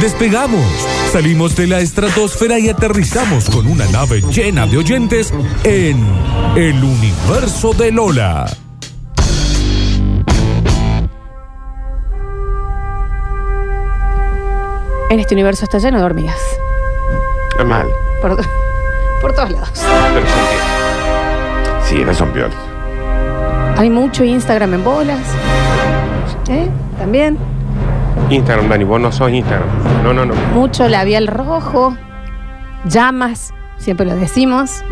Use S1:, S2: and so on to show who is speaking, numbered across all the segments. S1: despegamos, salimos de la estratosfera y aterrizamos con una nave llena de oyentes en el universo de Lola.
S2: En este universo está lleno de hormigas.
S3: Mal.
S2: Por, por todos lados.
S3: Pero son piolas. Sí, esas son piolas.
S2: Hay mucho Instagram en bolas. ¿Eh? También.
S3: Instagram, Dani, vos no sos Instagram. No, no, no.
S2: Mucho labial rojo. Llamas. Siempre lo decimos.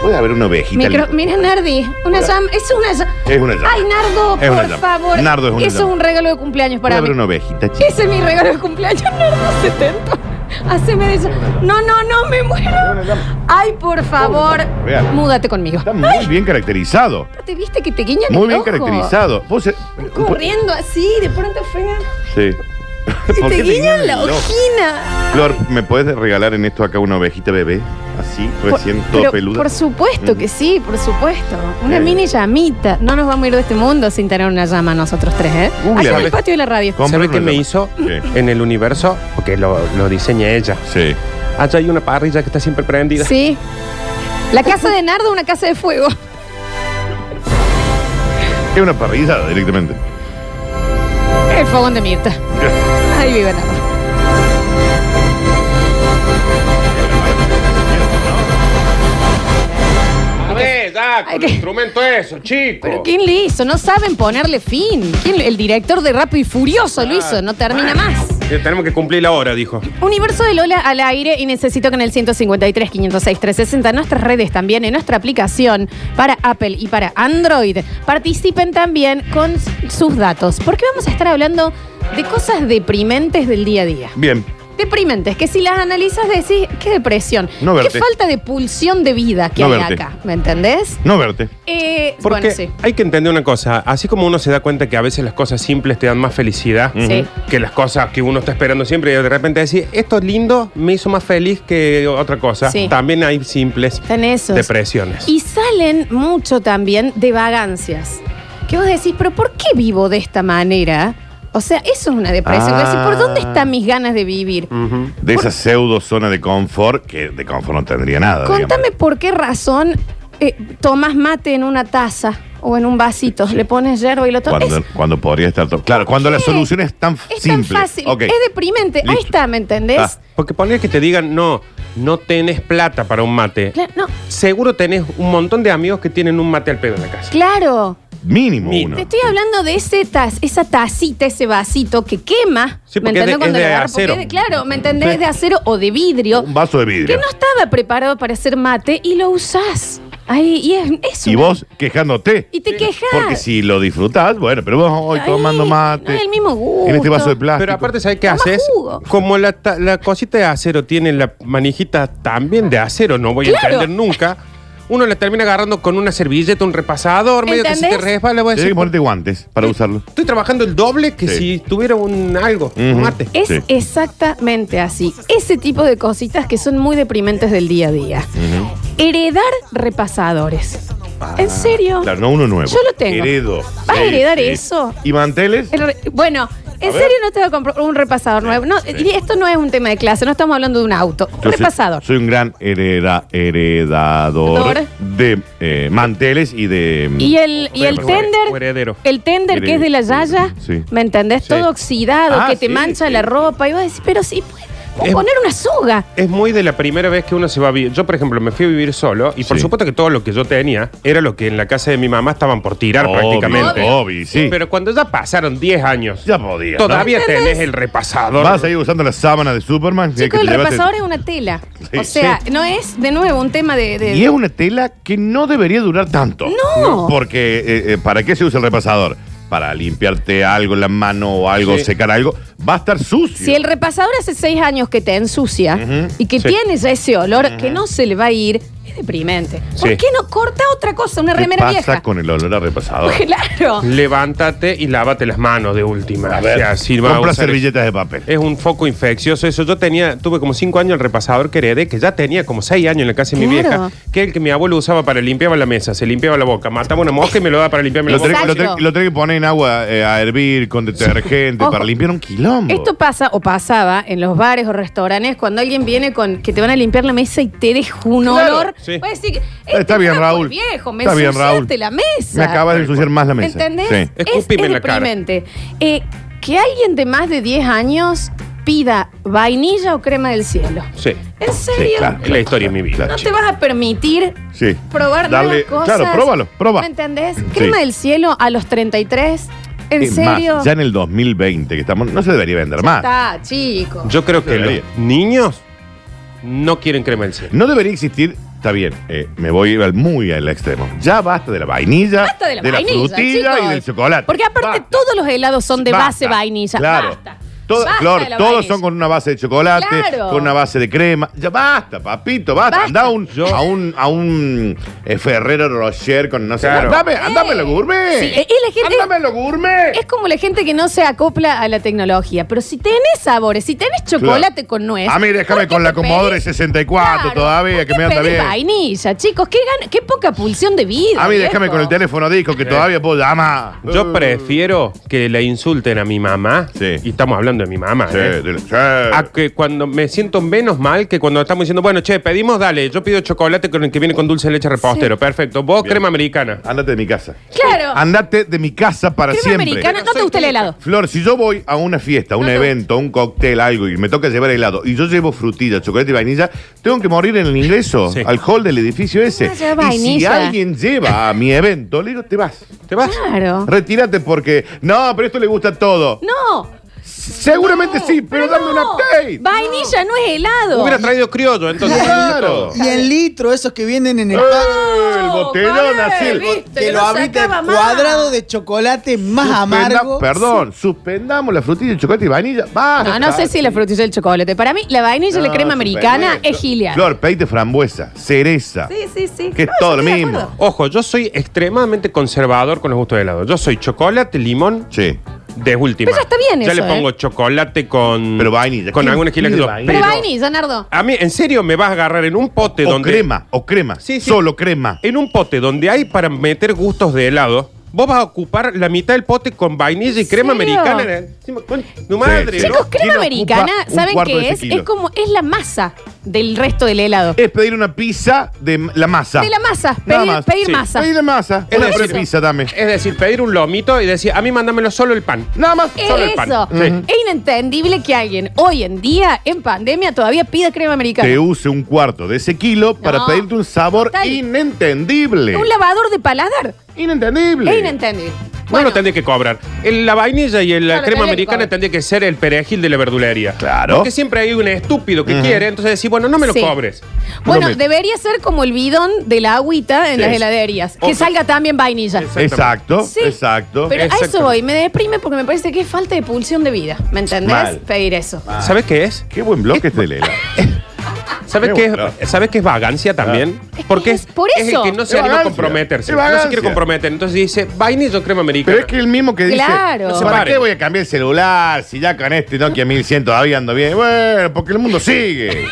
S4: Puede haber una ovejita.
S2: Micro- mira, Nardi. Una llama. Es una llama.
S4: Es una llama.
S2: Ay, Nardo,
S4: Es una
S2: por
S4: llama.
S2: favor.
S4: Nardo es una
S2: Eso
S4: llama.
S2: es un regalo de cumpleaños para
S4: Puede
S2: mí.
S4: haber una ovejita, chica.
S2: Ese es mi regalo de cumpleaños, Nardo 70. Haceme de eso. No, no, no, me muero. Ay, por favor,
S4: Real.
S2: múdate conmigo.
S4: Está muy bien caracterizado.
S2: ¿Te viste que te guiñan
S4: Muy
S2: el
S4: bien
S2: ojo?
S4: caracterizado. Vos, eh,
S2: Corriendo así, de pronto fregan.
S4: Sí.
S2: Y
S4: ¿Por
S2: te
S4: qué
S2: guiñan
S4: guiñan
S2: la
S4: el ojo?
S2: ojina.
S4: Flor, ¿me puedes regalar en esto acá una ovejita bebé? Así,
S2: Por-
S4: recién
S2: pero
S4: todo peluda.
S2: Por supuesto
S4: Ujú.
S2: que sí, por supuesto. Una
S4: Eh.
S2: mini llamita. No nos vamos a ir de este mundo sin tener una llama nosotros tres, ¿eh?
S4: Google,
S2: Allá en
S4: ¿sabes?
S2: el patio de la radio.
S4: ¿Cómo?
S3: ¿Sabés
S4: Comprar
S3: qué
S4: una
S3: me
S4: llama.
S3: hizo
S4: ¿Qué?
S3: en el universo? Porque lo, lo diseña ella.
S4: Sí.
S3: Allá hay una parrilla que está siempre prendida.
S2: Sí. La casa de Nardo, una casa de fuego.
S4: Es una parrillada directamente.
S2: El fogón de Mirta. Ahí vive Nardo.
S3: A ver, ya,
S2: Hay que-
S3: instrumento eso, chico.
S2: Pero
S4: Oh.
S2: ¿quién le hizo? No saben ponerle fin. ¿Quién le- El director de Rápido y Furioso lo hizo. No termina más.
S3: Eh, tenemos que cumplir la hora, dijo.
S2: Universo de Lola al aire y necesito que en el 153, 506, 360, en nuestras redes también, en nuestra aplicación para Apple y para Android, participen también con s- sus datos, porque vamos a estar hablando de cosas deprimentes del día a día.
S4: Bien.
S2: Deprimentes, que si las analizas decís, qué depresión,
S4: No
S2: qué
S4: verte.
S2: falta de pulsión de vida que
S4: No
S2: hay
S4: verte.
S2: acá, ¿me entendés?
S4: No verte.
S2: Eh,
S3: Porque
S2: bueno, sí.
S3: hay que entender una cosa. Así como uno se da cuenta que a veces las cosas simples te dan más felicidad
S2: Sí.
S3: que las cosas que uno está esperando siempre y de repente decir, esto es lindo, me hizo más feliz que otra cosa.
S2: Sí.
S3: También hay simples
S2: Están esos.
S3: depresiones.
S2: Y salen mucho también de vagancias. Que vos decís, pero ¿por qué vivo de esta manera? O sea, eso es una depresión.
S4: Ah.
S2: Vos decís, ¿por dónde están mis ganas de vivir?
S3: Ujú.
S4: De esa pseudo zona de confort, que de confort no tendría nada.
S2: Contame
S4: digamos.
S2: por qué razón eh, tomás mate en una taza o en un vasito, le pones hierba y lo tomas.
S4: Cuando,
S2: Es,
S4: cuando podría estar todo. Claro, cuando la
S2: qué?
S4: solución es tan f-
S2: es tan
S4: simple.
S2: fácil,
S4: Ok.
S2: es deprimente. Ahí
S4: Listo.
S2: está, ¿me entendés?
S4: Ah.
S3: Porque ponle que te digan, no, no tenés plata para un mate.
S2: Cla- no,
S3: Seguro tenés un montón de amigos que tienen un mate al pedo en la casa.
S2: claro.
S4: Mínimo
S3: Ni-
S4: uno.
S2: Te estoy hablando de ese tas- esa tacita, ese vasito que quema.
S3: Sí, porque es de- es de
S2: lo agarro?
S3: acero.
S2: Porque es de- claro, ¿me entendés?
S3: Sí.
S2: De acero o de vidrio.
S4: Un vaso de
S2: que
S4: vidrio.
S2: no estaba preparado para hacer mate y lo usás. Ahí, y es eso.
S4: Y vos quejándote.
S2: Y te quejas.
S4: Porque si lo disfrutás, bueno, pero vos hoy
S2: Ahí,
S4: tomando
S2: no
S4: mate.
S2: es el mismo gusto.
S4: En este vaso de plástico.
S3: Pero aparte, ¿sabes qué
S2: Toma
S3: haces?
S2: jugo.
S3: Como la, ta- la cosita de acero tiene la manijita también de acero, no voy
S2: Claro.
S3: a entender nunca. Uno la termina agarrando con una servilleta, un repasador, medio que si te
S2: ¿Entendés?
S3: resbala, voy
S4: Tienes
S3: a decir.
S4: que ponerte guantes para usarlo.
S3: Estoy trabajando el doble que
S4: Sí.
S3: si tuviera un algo, un
S4: Ujú.
S3: mate.
S2: Es
S4: Sí.
S2: exactamente así. Ese tipo de cositas que son muy deprimentes del día a día. Heredar repasadores. ¿En serio?
S4: Ah, Claro, no uno nuevo.
S2: Yo lo tengo.
S4: Heredo. eh,
S2: ¿Vas a heredar eso?
S4: ¿Y manteles?
S2: El re- bueno, ¿en
S4: A ver.
S2: serio no te va a comprar un repasador nuevo? No, y esto no es un tema de clase, no estamos hablando de un auto. Un
S4: Yo soy-
S2: repasador.
S4: Soy, un gran hereda, heredador
S2: Dor.
S4: de eh, manteles y de. mm,
S2: Y el, y el
S3: Bueno, o
S2: tender,
S3: heredero.
S2: el tender que es de la yaya,
S4: Sí.
S2: ¿me entendés?
S3: Sí.
S2: Todo oxidado,
S4: Ah,
S2: que te
S4: sí,
S2: mancha
S4: sí.
S2: la ropa. Y vas a decir, pero sí, pues, puedo
S3: Es-
S2: poner una soga.
S3: Es muy de la primera vez que uno se va a vivir. Yo, por ejemplo, me fui a vivir solo y por
S4: Sí.
S3: supuesto que todo lo que yo tenía era lo que en la casa de mi mamá estaban por tirar
S4: Obvio,
S3: prácticamente.
S4: obvio, sí.
S3: Pero cuando ya pasaron 10 años,
S4: Ya podía. ¿no?
S3: todavía tenés el repasador.
S4: ¿Vas a ir usando la sábana de Superman?
S2: Chico,
S4: Que
S2: el
S4: te llevaste-
S2: repasador es una tela.
S4: Sí,
S2: o sea, no es, de nuevo, un tema de... de-
S4: Y es una tela que no debería durar tanto.
S2: No.
S4: Porque, eh, eh, ¿para qué se usa el repasador? Para limpiarte algo en la mano o algo,
S3: Sí.
S4: secar algo. Va a estar sucio.
S2: Si el repasador hace seis años que te ensucia y que
S3: Sí.
S2: tiene ya ese olor que no se le va a ir, es deprimente. ¿Por
S3: Sí.
S2: qué no corta otra cosa, una
S4: ¿Qué
S2: remera
S4: pasa
S2: vieja?
S4: con el olor a repasador?
S2: Claro.
S3: Levántate y lávate las manos de última.
S4: A ver,
S3: O sea, si va a Eh,
S4: compra
S3: usar-
S4: servilletas de papel.
S3: Es un foco infeccioso eso. Yo tenía, tuve como cinco años el repasador que heredé, que ya tenía como seis años en la casa de mi
S2: Claro.
S3: vieja, que el que mi abuelo usaba para limpiar la mesa, se limpiaba la boca, mataba una mosca y me lo daba para limpiarme la
S4: Lo tenés,
S3: boca.
S4: lo, tenés,
S2: Exacto.
S4: lo tenés que poner en agua eh, a hervir con detergente
S2: Ojo.
S4: para limpiar un quilombo.
S2: Esto pasa o pasaba en los bares o restaurantes cuando alguien viene con que te van a limpiar la mesa y te deja un
S3: Claro,
S2: olor.
S3: sí.
S2: Puedes decir,
S4: Está
S2: este trapo
S4: bien,
S2: es
S4: Raúl.
S2: Viejo, me
S4: Está bien,
S2: ensuciaste
S4: Raúl.
S2: la mesa.
S4: Me acabas de ensuciar más la mesa.
S2: ¿Entendés?
S4: Sí.
S2: Es,
S3: Escúpeme
S2: es
S3: en la cara.
S2: deprimente. Eh, que alguien de más de 10 años pida vainilla o crema del cielo.
S3: Sí.
S2: ¿En serio?
S4: claro.
S3: Es la historia de mi vida.
S4: Claro.
S2: No te vas a permitir
S4: Sí.
S2: probar
S4: Darle-
S2: nuevas cosas.
S4: Claro, próbalo, proba.
S2: ¿Me entendés? Crema del cielo a los 33. ¿En
S4: Es más,
S2: serio?
S4: ya en el 2020 que estamos, no se debería vender más.
S2: Está, chico.
S3: Yo creo que
S4: Debería.
S3: los niños no quieren crema del cielo.
S4: No debería existir, está bien, eh, me voy al muy al extremo. Ya basta de la vainilla,
S2: Basta de la, vainilla,
S4: frutilla
S2: chicos.
S4: y del chocolate.
S2: Porque aparte
S4: Basta.
S2: todos los helados son de
S4: Basta.
S2: base vainilla.
S4: Claro.
S2: Basta.
S4: Todo-
S2: Basta
S4: Flor,
S2: de la
S4: todos
S2: vainilla.
S4: son con una base de chocolate,
S2: Claro.
S4: con una base de crema. Ya basta, papito, basta.
S2: Basta.
S4: Anda a un,
S3: Yo-
S4: a un, a un eh, Ferrero Rocher con no sé.
S3: Claro.
S4: Andame, andame lo gourmet.
S2: Sí, eh, y la gente-
S4: Andame lo gourmet.
S2: Es como la gente que no se acopla a la tecnología. Pero si tenés sabores, si tenés chocolate
S4: Claro.
S2: con nuez.
S4: A mí déjame
S2: ¿por qué
S4: con la
S2: te pedís-
S4: Commodore 64
S2: Claro,
S4: todavía,
S2: ¿por
S4: que
S2: qué
S4: me anda
S2: pedís
S4: bien.
S2: vainilla, chicos. Qué, gan- qué poca pulsión de vida.
S4: A mí déjame
S2: viejo.
S4: con el teléfono disco que todavía puedo llamar.
S3: Yo prefiero que le insulten a mi mamá,
S4: Uh. Sí.
S3: y estamos hablando de mi mamá,
S4: Sí,
S3: ¿eh?
S4: de- sí.
S3: a que cuando me siento menos mal que cuando estamos diciendo, bueno, che, pedimos, dale, yo pido chocolate con el que viene con dulce de leche repostero, perfecto. Vos, crema americana.
S4: Andate de mi casa.
S2: Claro.
S4: Andate de mi casa para
S2: Crema
S4: siempre.
S2: americana. No te
S3: Soy
S2: gusta el
S3: turca.
S2: helado.
S4: Flor, si yo voy a una fiesta, a un
S2: No te
S4: evento, a un cóctel, algo, y me toca llevar helado, y yo llevo frutilla, chocolate y vainilla, tengo que morir en el ingreso
S3: Sí.
S4: al hall del edificio ese.
S2: vas a llevar
S4: Y si
S2: Ah, vainilla?
S4: alguien lleva a mi evento, le digo, te vas.
S3: ¿Te vas?
S2: Claro.
S4: Retírate porque. No, pero esto le gusta a todo.
S2: No.
S4: Seguramente sí, pero, dame un
S2: no.
S4: update.
S2: Vainilla no, es helado.
S3: Hubiera traído criollo, entonces.
S4: Claro.
S5: Y en litro, esos que vienen en el pack,
S4: ¡Eh, El botellón
S2: pará,
S4: así. el
S2: viste,
S4: bot-
S5: que
S2: no
S5: lo habita
S2: sacaba más.
S5: cuadrado de chocolate más
S4: Suspenda-
S5: amargo.
S4: Perdón, suspendamos la frutilla, el chocolate y vainilla. Basta.
S2: No, no sé si la frutilla del chocolate. Para mí, la vainilla y la
S4: No,
S2: crema americana
S4: suspendé.
S2: es gilia.
S4: Flor, pedite frambuesa, cereza.
S2: Sí, sí, sí.
S4: Que es
S2: No,
S4: todo
S2: yo
S4: lo
S2: estoy de
S4: mismo.
S2: acuerdo.
S3: Ojo, yo soy extremadamente conservador con los gustos de helado. Yo soy chocolate, limón,
S4: Sí.
S3: de última.
S2: Pero ya está bien
S3: Ya
S2: eso, ¿eh?
S3: le pongo chocolate con.
S4: Pero vainilla.
S3: Con
S4: ¿Quién
S3: alguna esquila que
S4: pide
S3: yo.
S4: vainilla?
S2: Pero
S3: pero-
S2: vainilla, Nardo.
S3: A mí, en serio, me vas a agarrar en un pote
S4: O
S3: donde.
S4: crema, o crema.
S3: Sí, Eh. sí.
S4: Solo crema.
S3: En un pote donde hay para meter gustos de helado. Vos vas a ocupar la mitad del pote con vainilla y crema
S2: serio?
S3: americana. en el- encima, con- Tu madre.
S4: Sí.
S3: ¿no?
S2: Chicos,
S4: ¿Quién
S2: crema
S4: ocupa
S2: americana,
S4: un
S2: ¿saben
S4: cuarto de
S2: qué
S4: ese
S2: es?
S4: kilo?
S2: Es como, es la masa del resto del helado.
S4: Es pedir una pizza de m- la masa.
S2: De la masa,
S4: Nada
S2: pedir-
S4: más.
S2: pedir
S4: Sí.
S2: masa.
S4: Pedir la masa.
S3: Es
S4: una
S3: decir-
S4: pizza, dame.
S3: Es decir, pedir un lomito y decir, a mí mándamelo solo el pan.
S4: Nada más.
S2: Es
S3: Solo el pan.
S2: eso.
S3: Sí.
S2: Es inentendible que alguien hoy en día, en pandemia, todavía pida crema americana.
S4: Te use un cuarto de ese kilo para
S2: No.
S4: pedirte un sabor
S2: Total.
S4: inentendible.
S2: Un lavador de paladar.
S4: Inentendible.
S2: Es inentendible.
S3: No lo tendría que cobrar. El- la vainilla y el- la
S2: Claro,
S3: crema
S2: tendría que
S3: americana
S2: cobrar.
S3: tendría que ser el perejil de la verdulería.
S4: Claro.
S3: Porque siempre hay un estúpido que quiere, entonces decís, bueno, no me lo
S2: Sí.
S3: cobres.
S2: Bueno,
S4: Prometo.
S2: debería ser como el bidón de la agüita en
S4: Sí.
S2: las heladerías. Que
S3: Ojo.
S2: salga también vainilla.
S4: Exacto,
S2: Sí.
S4: exacto.
S2: Pero a eso
S3: Exactamente.
S2: voy, me deprime porque me parece que es falta de pulsión de vida. ¿Me entendés?
S4: Mal.
S2: Pedir eso.
S3: ¿Sabes qué es?
S4: Qué buen bloque este Lela.
S3: ¿Sabes
S4: Qué
S3: qué,
S4: bueno. Ah.
S3: es, ¿Sabes qué es vagancia también?
S2: Es
S3: Porque
S2: que
S3: es,
S2: por
S3: es el
S2: eso.
S3: que no se
S4: Es
S3: anima a
S4: vagancia.
S3: comprometerse.
S4: Es
S3: No se
S4: vagancia.
S3: quiere comprometer. Entonces dice, vainilla o crema americana.
S4: Pero es que el mismo que dice,
S2: Claro.
S4: "No,
S2: Se
S4: ¿para
S3: paren".
S4: qué voy a cambiar el celular si ya con este Nokia 1100 todavía ando bien? Bueno, porque el mundo sigue.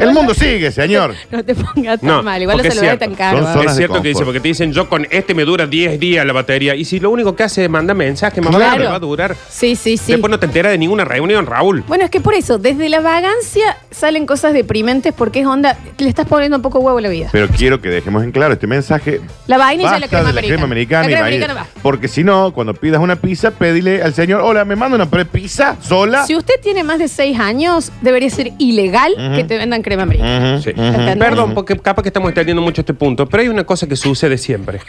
S4: el mundo sigue, señor.
S2: No te pongas tan
S3: No,
S2: mal. Igual los
S3: porque es
S2: celulares
S3: cierto.
S2: tan caros.
S4: Son
S2: ¿eh?
S4: zonas
S3: es
S4: de
S3: cierto que dice,
S4: confort.
S3: porque te dicen, yo con este me dura 10 días la batería. Y si lo único que hace es mandar mensajes, mamá,
S4: Claro.
S3: me va a durar.
S2: Sí, sí, sí.
S3: Después no te enteras de ninguna reunión, Raúl.
S2: Bueno, es que por eso, desde la vagancia salen cosas deprimentes porque es onda, le estás poniendo un poco huevo a la vida.
S4: Pero quiero que dejemos en claro este mensaje.
S2: La vainilla y la
S4: Basta
S2: crema
S4: de la crema
S2: americana.
S4: americana.
S2: La
S4: y
S2: crema
S4: vainilla.
S2: americana va.
S4: Porque si no, cuando pidas una pizza, pedile al señor, hola, me manda una pre-pizza sola.
S2: Si usted tiene más de seis años, debería ser ilegal
S4: Ujú.
S2: que te vendan crema americana.
S4: Ujú,
S3: Sí.
S4: ujú.
S2: Entendés.
S3: Perdón, porque capaz que estamos extendiendo mucho este punto, pero hay una cosa que sucede siempre.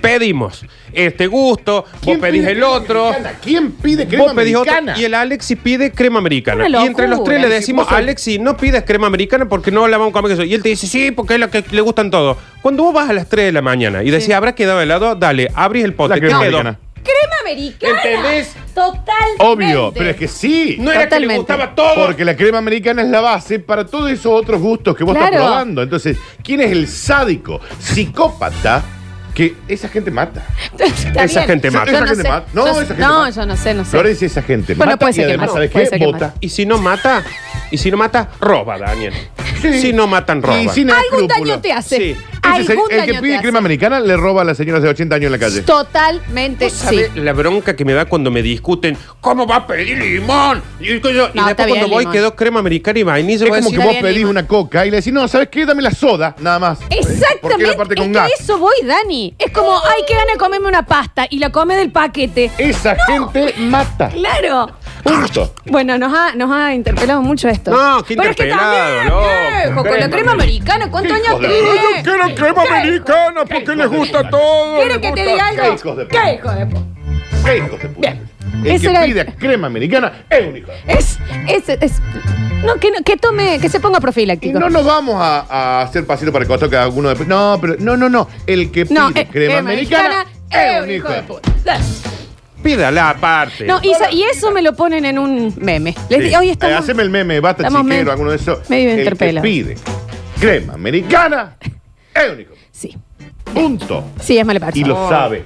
S3: Pedimos este gusto, vos
S4: ¿Quién
S3: pedís
S4: pide
S3: el
S4: crema
S3: otro,
S4: americana? ¿Quién pide crema
S3: vos pedís otro,
S4: americana?
S3: y el Alexi pide crema americana.
S2: Una
S3: Y entre los
S2: locura.
S3: tres le decimos,
S4: Vos sos-
S3: Alexi, no pidas crema americana porque no la vamos a comer queso. Y él te dice, sí, porque es la que le gustan todos. Cuando vos vas a las 3 de la mañana y decís, habrá quedado helado, dale, abrís el pote,
S4: La
S3: ¿qué
S4: crema
S3: quedó?
S4: americana.
S2: crema americana.
S3: ¿Entendés?
S2: Totalmente.
S4: Obvio, pero es que sí.
S3: No era que le
S2: Totalmente.
S3: gustaba todo.
S4: Porque la crema americana es la base para todos esos otros gustos que vos
S2: Claro.
S4: estás probando. Entonces, ¿quién es el sádico, psicópata que esa gente mata?
S2: Está
S3: Esa
S2: bien.
S3: gente mata.
S2: Yo
S4: Esa
S2: no
S4: gente
S2: sé.
S4: mata. No,
S2: Yo-
S4: esa gente
S2: no,
S4: mata.
S2: yo no sé, no sé.
S4: Florencia, esa gente
S2: Bueno,
S4: mata.
S2: puede
S4: y
S2: ser que
S4: además,
S2: mate,
S4: ¿sabes
S2: puede
S4: qué?
S2: ser que
S4: Vota.
S3: Y si no mata, y si no mata, roba, Daniel.
S4: Sí.
S3: Si no matan, roba.
S4: Y sin
S2: Algún
S4: escrúpulos.
S2: daño te hace.
S3: Sí.
S4: Ese es el,
S2: Algún
S4: el
S2: daño
S4: que
S2: te
S4: pide
S2: hace.
S4: crema americana le roba a las señoras de 80 años en la calle.
S2: Totalmente,
S3: ¿Vos
S2: sí.
S3: sabés la bronca que me da cuando me discuten? ¿Cómo va a pedir limón? Y, que yo- y
S2: No, está
S3: después
S2: bien,
S3: cuando voy
S2: limón.
S3: quedó crema americana y vainilla.
S4: Es
S3: y voy a
S4: como que
S3: decir,
S2: Está
S4: vos
S2: bien,
S4: pedís
S2: Ima.
S4: una coca y le decís, no, ¿sabes qué? Dame la soda, nada más. Porque
S2: Exactamente.
S4: es la parte con
S2: es que
S4: gas.
S2: a eso voy, Dani. Es como, ay, qué gana de comerme una pasta y la come del paquete.
S4: Esa gente mata.
S2: Claro.
S4: Punto.
S2: Bueno, nos ha, nos ha interpelado mucho esto.
S3: No, qué
S2: Pero es que
S3: interpelado,
S2: también,
S3: loco.
S2: viejo, con la
S3: Crema
S2: crema americana, ¿cuántos años
S4: de-
S2: tenés?
S3: Quiero crema americana porque les gusta todo.
S2: ¿Quieres que te diga
S4: Qué
S2: algo?
S4: hijos de puta.
S2: ¿Qué hijo de puta?
S4: ¿Qué hijos de puta?
S2: Bien.
S4: El
S2: Ese
S4: que
S2: era el-
S4: pide crema americana es un hijo de puta.
S2: Es, es, es. No, que, no- que tome, que se ponga
S4: Y
S2: profiláctico.
S4: no nos vamos a, a hacer pasito para el costado que alguno después. No, pero no, no, no. El que pide
S2: No, eh,
S4: crema americana es un hijo de puta.
S3: Pídala aparte.
S2: No, y, eso- y eso me lo ponen en un meme. Les di- hoy
S4: Eh,
S2: estamos.
S4: haceme el meme, basta
S2: estamos
S4: chiquero,
S2: medio-
S4: alguno de esos.
S2: medio
S4: El que
S2: interpelado.
S4: pide crema americana es un hijo de
S2: Sí,
S4: puta. Punto.
S2: sí, es mala persona.
S4: Y lo sabe.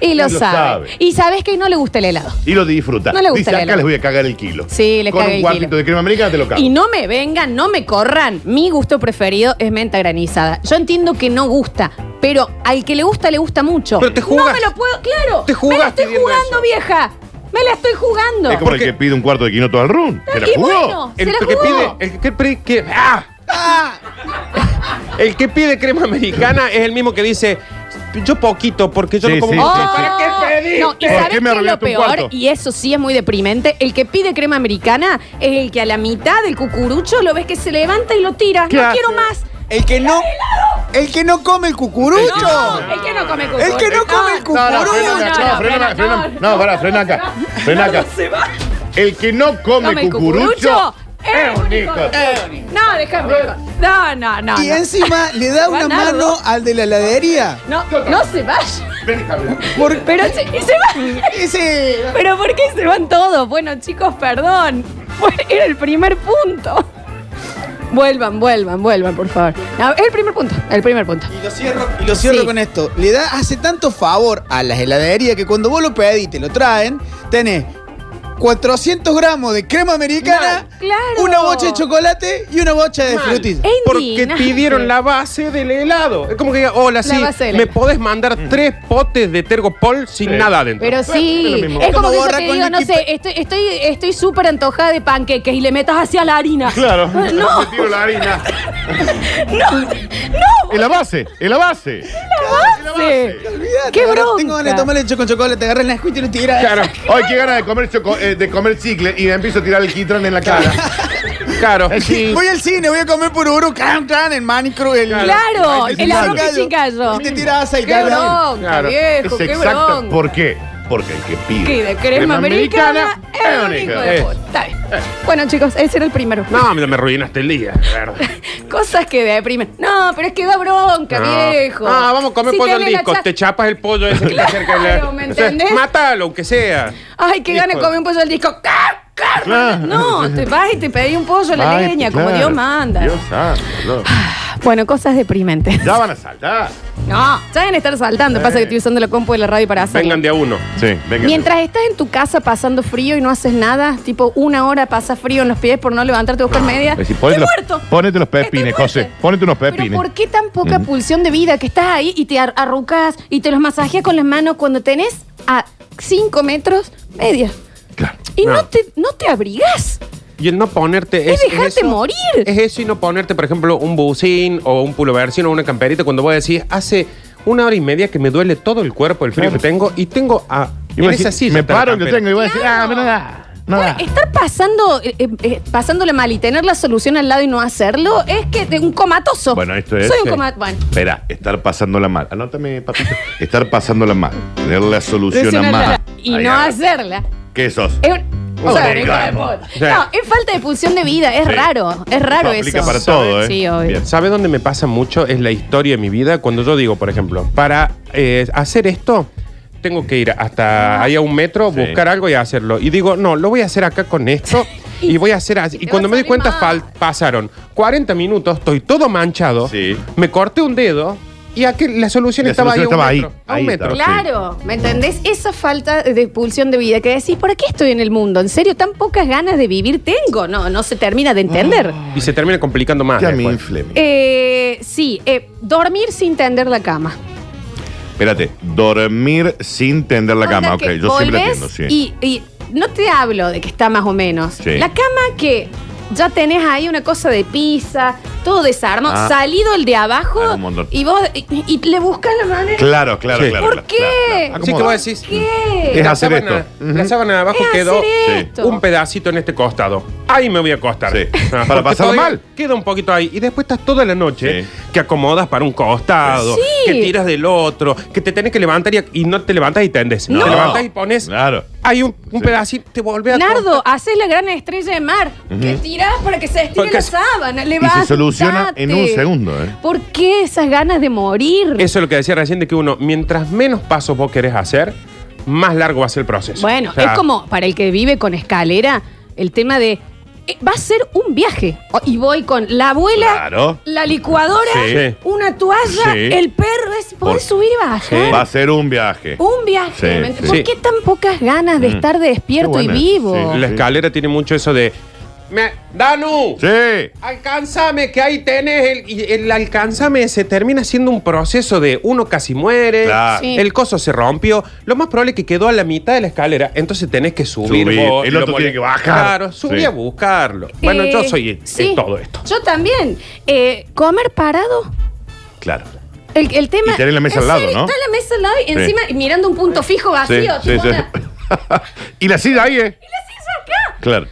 S2: Y lo
S4: Y lo
S2: sabe.
S4: sabe.
S2: Y sabes que no le gusta el helado.
S4: Y lo disfruta.
S2: No le gusta
S4: Dice,
S2: el
S4: acá
S2: helado.
S4: les voy a cagar el kilo.
S2: Sí, le
S4: Con
S2: caga
S4: un
S2: el
S4: cuartito
S2: kilo.
S4: de crema americana te lo cago.
S2: Y no me vengan, no me corran. Mi gusto preferido es menta granizada. Yo entiendo que no gusta, pero al que le gusta, le gusta mucho.
S3: Pero te
S2: No
S3: jugas.
S2: me lo puedo, claro.
S3: Te jugas
S2: Me la estoy
S3: pidiendo
S2: jugando,
S3: eso.
S2: vieja. Me la estoy jugando.
S4: Es como
S3: Porque-
S4: el que pide un cuarto de quinoto al rum. Se la
S2: Y
S4: jugó.
S2: bueno.
S3: el
S2: se la
S3: que pide,
S2: jugó.
S3: el que pre- que- ¡ah! El que pide crema americana es el mismo que dice yo poquito porque yo
S4: Sí,
S3: no como
S4: sí,
S3: mucho".
S4: sí, sí.
S3: ¿Para qué pediste?
S2: Oh. No, y
S4: ¿Por
S2: sabes
S4: qué me
S2: qué es lo
S4: arruinaste un
S2: peor,
S4: cuarto?
S2: y eso sí es muy deprimente, el que pide crema americana es el que a la mitad del cucurucho lo ves que se levanta y lo tira.
S4: ¿Qué
S2: No
S4: hace?
S2: quiero más.
S5: El que no. El que no come el cucurucho.
S2: No, el que no come cucurucho.
S5: El que no come el
S4: No, no,
S5: Cucurucho.
S4: frena acá, no, frena acá, frena- No, pará, frena acá. Frena acá. El que no come
S2: Come
S4: cucurucho
S2: cucurucho.
S4: es un hijo de puta.
S2: No, déjame. No, no, no.
S5: Y
S2: no.
S5: encima le da una
S2: Bernardo.
S5: mano al de la heladería.
S2: No, no se vaya.
S4: Ven, Javier.
S5: Por-
S2: Pero se, y se va.
S5: Ese.
S2: Pero ¿por qué se van todos? Bueno, chicos, perdón. Fue- Era el primer punto. Vuelvan, vuelvan, vuelvan, por favor. No, el primer punto, el primer punto.
S5: Y lo cierro, y lo cierro
S2: Sí.
S5: con esto. Le da, hace tanto favor a las heladerías que cuando vos lo pedís y te lo traen, tenés 400 gramos de crema americana,
S2: Mal, claro.
S5: una bocha de chocolate y una bocha de
S3: Mal.
S5: frutis.
S2: Es
S3: Porque
S2: indignante.
S3: pidieron la base del helado. Es como que diga, hola, sí,
S2: base del
S3: me
S2: helado.
S3: podés mandar tres potes de Tergopol sin
S4: Sí.
S3: nada adentro.
S2: Pero
S4: es
S2: sí,
S4: lo mismo.
S2: es como
S5: Como
S2: que yo
S5: borra
S2: te
S5: con
S2: digo, no
S5: líquido.
S2: sé, estoy estoy estoy súper antojada de panqueques y le metas hacia la harina.
S4: Claro.
S2: No,
S4: Me tiro la harina.
S2: no, no.
S4: En la base, en la base.
S2: La base.
S5: Olvídate,
S2: Qué
S5: ahora
S2: bronca.
S5: Tengo ganas de tomar leche con chocolate, te agarras la escuita y lo tiras.
S3: Claro,
S4: Hoy qué ganas de comer, choco- eh, de comer chicle y me empiezo a tirar el quitrón en la cara.
S3: claro.
S4: Eh, sí.
S5: Voy al cine, voy a comer pururu, can, can, el manicro, el...
S2: Claro,
S5: el
S2: el
S5: chicallo.
S2: arroz chicallo.
S5: Y te tiras aceite.
S2: Qué bronca,
S3: Claro.
S2: viejo,
S4: Es
S2: qué
S4: exacto.
S2: bronca.
S4: ¿Por qué? Porque el que pide,
S2: Que de crema americana es un hijo de
S3: Eh.
S2: puta. Está bien. Bueno, chicos, ese era el primero.
S3: No, mira, me arruinaste el día. de verdad.
S2: Cosas que deprimen. No, pero es que da bronca,
S3: No.
S2: viejo.
S3: Ah, vamos a comer
S2: Si
S3: pollo al
S2: tenés la
S3: disco.
S2: cha-
S3: Te chapas el pollo ese que está cerca de la-
S2: Claro, ¿me
S3: O sea,
S2: entendés?
S3: Mátalo, aunque sea.
S2: Ay, que gana
S3: Hijo.
S2: comer un pollo al disco. ¡Car, car!
S4: Claro.
S2: No, te vas y te pedí un pollo a la
S4: Ay,
S2: leña,
S4: claro.
S2: como Dios manda.
S4: Dios santo, no.
S2: Bueno, cosas deprimentes.
S4: Ya van a saltar.
S2: No, ya deben estar saltando. Pasa que estoy usando la compu de la radio para hacerlo.
S3: Vengan de a uno.
S4: Sí, venga.
S2: Mientras estás en tu casa pasando frío y no haces nada, tipo una hora pasa frío en los pies por no levantarte a buscar media.
S4: Es decir,
S2: Estoy
S4: ponete los,
S2: muerto.
S4: ponete los
S2: Estoy
S4: pepines,
S2: muerta.
S4: José. Ponete unos pepines.
S2: Pero ¿por qué tan poca pulsión de vida que estás ahí y te ar- arrucas y te los masajeas con las manos cuando tenés a 5 metros media?
S4: Claro.
S2: Y no,
S3: No.
S2: te, no te abrigás.
S3: Y el no ponerte
S2: Es dejarte
S3: eso.
S2: morir.
S3: Es eso y no ponerte, por ejemplo, un bucín o un pulovercín o una camperita cuando voy a decir, hace una hora y media que me duele todo el cuerpo, el frío
S4: Claro.
S3: que tengo, y tengo a.
S4: Y voy a
S3: en esa
S4: decir,
S3: silla
S4: me
S3: está la
S4: paro y lo
S3: campera.
S4: tengo y voy a decir, ah, pero nada. Nada.
S2: Bueno, estar pasando, eh, eh, eh, pasándola mal y tener la solución al lado y no hacerlo es que de un comatoso.
S4: Bueno, esto es- eh,
S2: Soy un
S4: sí.
S2: comatoso. Bueno.
S4: Espera, estar pasándola mal. Anótame, papito. Estar pasándola mal. Tener la solución a mal.
S2: Solucionarla Y
S4: Ahí
S2: no
S4: va.
S2: hacerla.
S4: ¿Qué sos?
S2: Es un-
S4: Un
S2: o sea,
S4: delgado.
S2: hijo de puta.
S3: Sí.
S2: No, es falta de pulsión de vida, es
S4: Sí.
S2: raro, es raro
S4: Eso aplica
S2: eso.
S4: para todo, ¿eh?
S2: Sí, obvio.
S4: Bien.
S3: ¿Sabe dónde me pasa mucho? Es la historia de mi vida. Cuando yo digo, por ejemplo, para eh, hacer esto, tengo que ir hasta ahí a un metro,
S4: Sí.
S3: buscar algo y hacerlo. Y digo, no, lo voy a hacer acá con esto y voy a hacer así.
S2: Y
S3: Y
S2: te
S3: cuando
S2: va a
S3: me di
S2: salir
S3: cuenta,
S2: mal.
S3: fal- pasaron 40 minutos, estoy todo manchado,
S4: Sí.
S3: me corté un dedo y aquel- la solución
S4: La
S3: estaba
S4: solución estaba
S3: ahí.
S4: ahí,
S3: a un metro, a un
S4: ahí
S3: metro.
S4: estaba.
S2: Claro, ¿me entendés? Esa falta de pulsión de vida que decís, ¿por qué estoy en el mundo? ¿En serio tan pocas ganas de vivir tengo? No, no se termina de entender.
S4: Mm.
S3: Y se termina complicando más.
S4: Ya me
S3: después.
S4: inflé. mi-
S2: Eh, sí, eh, dormir sin tender la cama.
S4: Espérate, dormir sin tender la
S2: Onda
S4: cama.
S2: que
S4: Ok, yo siempre la
S2: volvés
S4: tiendo, sí.
S2: Y, y no te hablo de que está más o menos.
S4: Sí.
S2: La cama que ya tenés ahí una cosa de pizza, todo desarmado,
S4: Ah.
S2: salido el de abajo
S4: Ah, un montón.
S2: y vos y, y le buscas la manera.
S4: Claro, claro,
S3: Sí.
S4: claro.
S2: ¿Por
S4: claro,
S2: qué?
S4: claro, claro.
S3: Así que
S4: Acomoda.
S3: vos decís,
S2: ¿Qué?
S4: Es
S3: la
S4: hacer
S3: sábana-
S4: esto.
S3: La sábana de abajo
S2: Es
S3: quedó
S2: hacer
S4: sí,
S2: esto.
S3: un pedacito en este costado. Ahí me voy a acostar. Ah,
S4: Sí. Para
S3: Porque
S4: pasarlo
S3: todavía
S4: mal.
S3: Queda un poquito ahí. Y después estás toda la noche
S4: Sí.
S3: que acomodas para un costado,
S2: Sí.
S3: que tiras del otro, que te tenés que levantar y, y no te levantas y tendes.
S2: No.
S3: Te levantas y pones.
S4: Claro.
S3: Hay un, un
S4: Sí.
S3: pedacito, te volvés a
S2: Nardo,
S3: acostar.
S2: haces la gran estrella de mar. Que tirás para que se estire
S3: Porque
S2: la
S3: se-
S2: sábana.
S4: Y
S2: Levantate.
S4: se soluciona en un segundo, ¿eh?
S2: ¿Por qué esas ganas de morir?
S3: Eso es lo que decía recién de que uno, mientras menos pasos vos querés hacer, más largo va a ser el proceso.
S2: Bueno,
S3: O sea,
S2: es como para el que vive con escalera, el tema de. eh, va a ser un viaje. O- Y voy con la abuela,
S4: Claro.
S2: la licuadora,
S3: Sí.
S2: una toalla,
S4: Sí.
S2: el perro. Es,
S4: Por-
S2: podés subir y bajar.
S4: Va a ser un viaje.
S2: Un viaje.
S4: Sí,
S2: ¿me ent-
S4: sí. Mm.
S2: ¿Por
S3: Sí.
S2: qué tan pocas ganas de estar despierto
S4: Qué
S2: y
S4: buena.
S2: vivo?
S4: Sí.
S3: La escalera tiene mucho eso de. "Me- ¡Danu!
S4: Sí.
S3: Alcánzame, que ahí tenés. El, y el alcánzame se termina siendo un proceso de uno casi muere,
S4: Claro.
S2: Sí.
S3: el coso se rompió. Lo más probable es que quedó a la mitad de la escalera, entonces tenés que subir.
S4: Subir.
S3: vos,
S4: El
S3: lo
S4: otro
S3: mole-
S4: tiene que bajar.
S3: Claro, subí
S4: Sí.
S3: a buscarlo. Bueno,
S2: Eh,
S3: yo soy eh,
S2: sí.
S3: todo esto.
S2: Yo también. Eh, comer parado.
S4: Claro.
S2: El, el tema.
S4: Y tener la mesa
S2: ¿En
S4: al lado,
S2: serio?
S4: ¿no?
S2: Está la mesa al lado y
S4: Sí.
S2: encima mirando un punto fijo
S4: Sí,
S2: vacío.
S4: sí,
S2: tipo, "Ah,
S4: sí.
S2: onda,
S4: y la silla ahí, ¿eh?
S2: acá.
S4: Claro.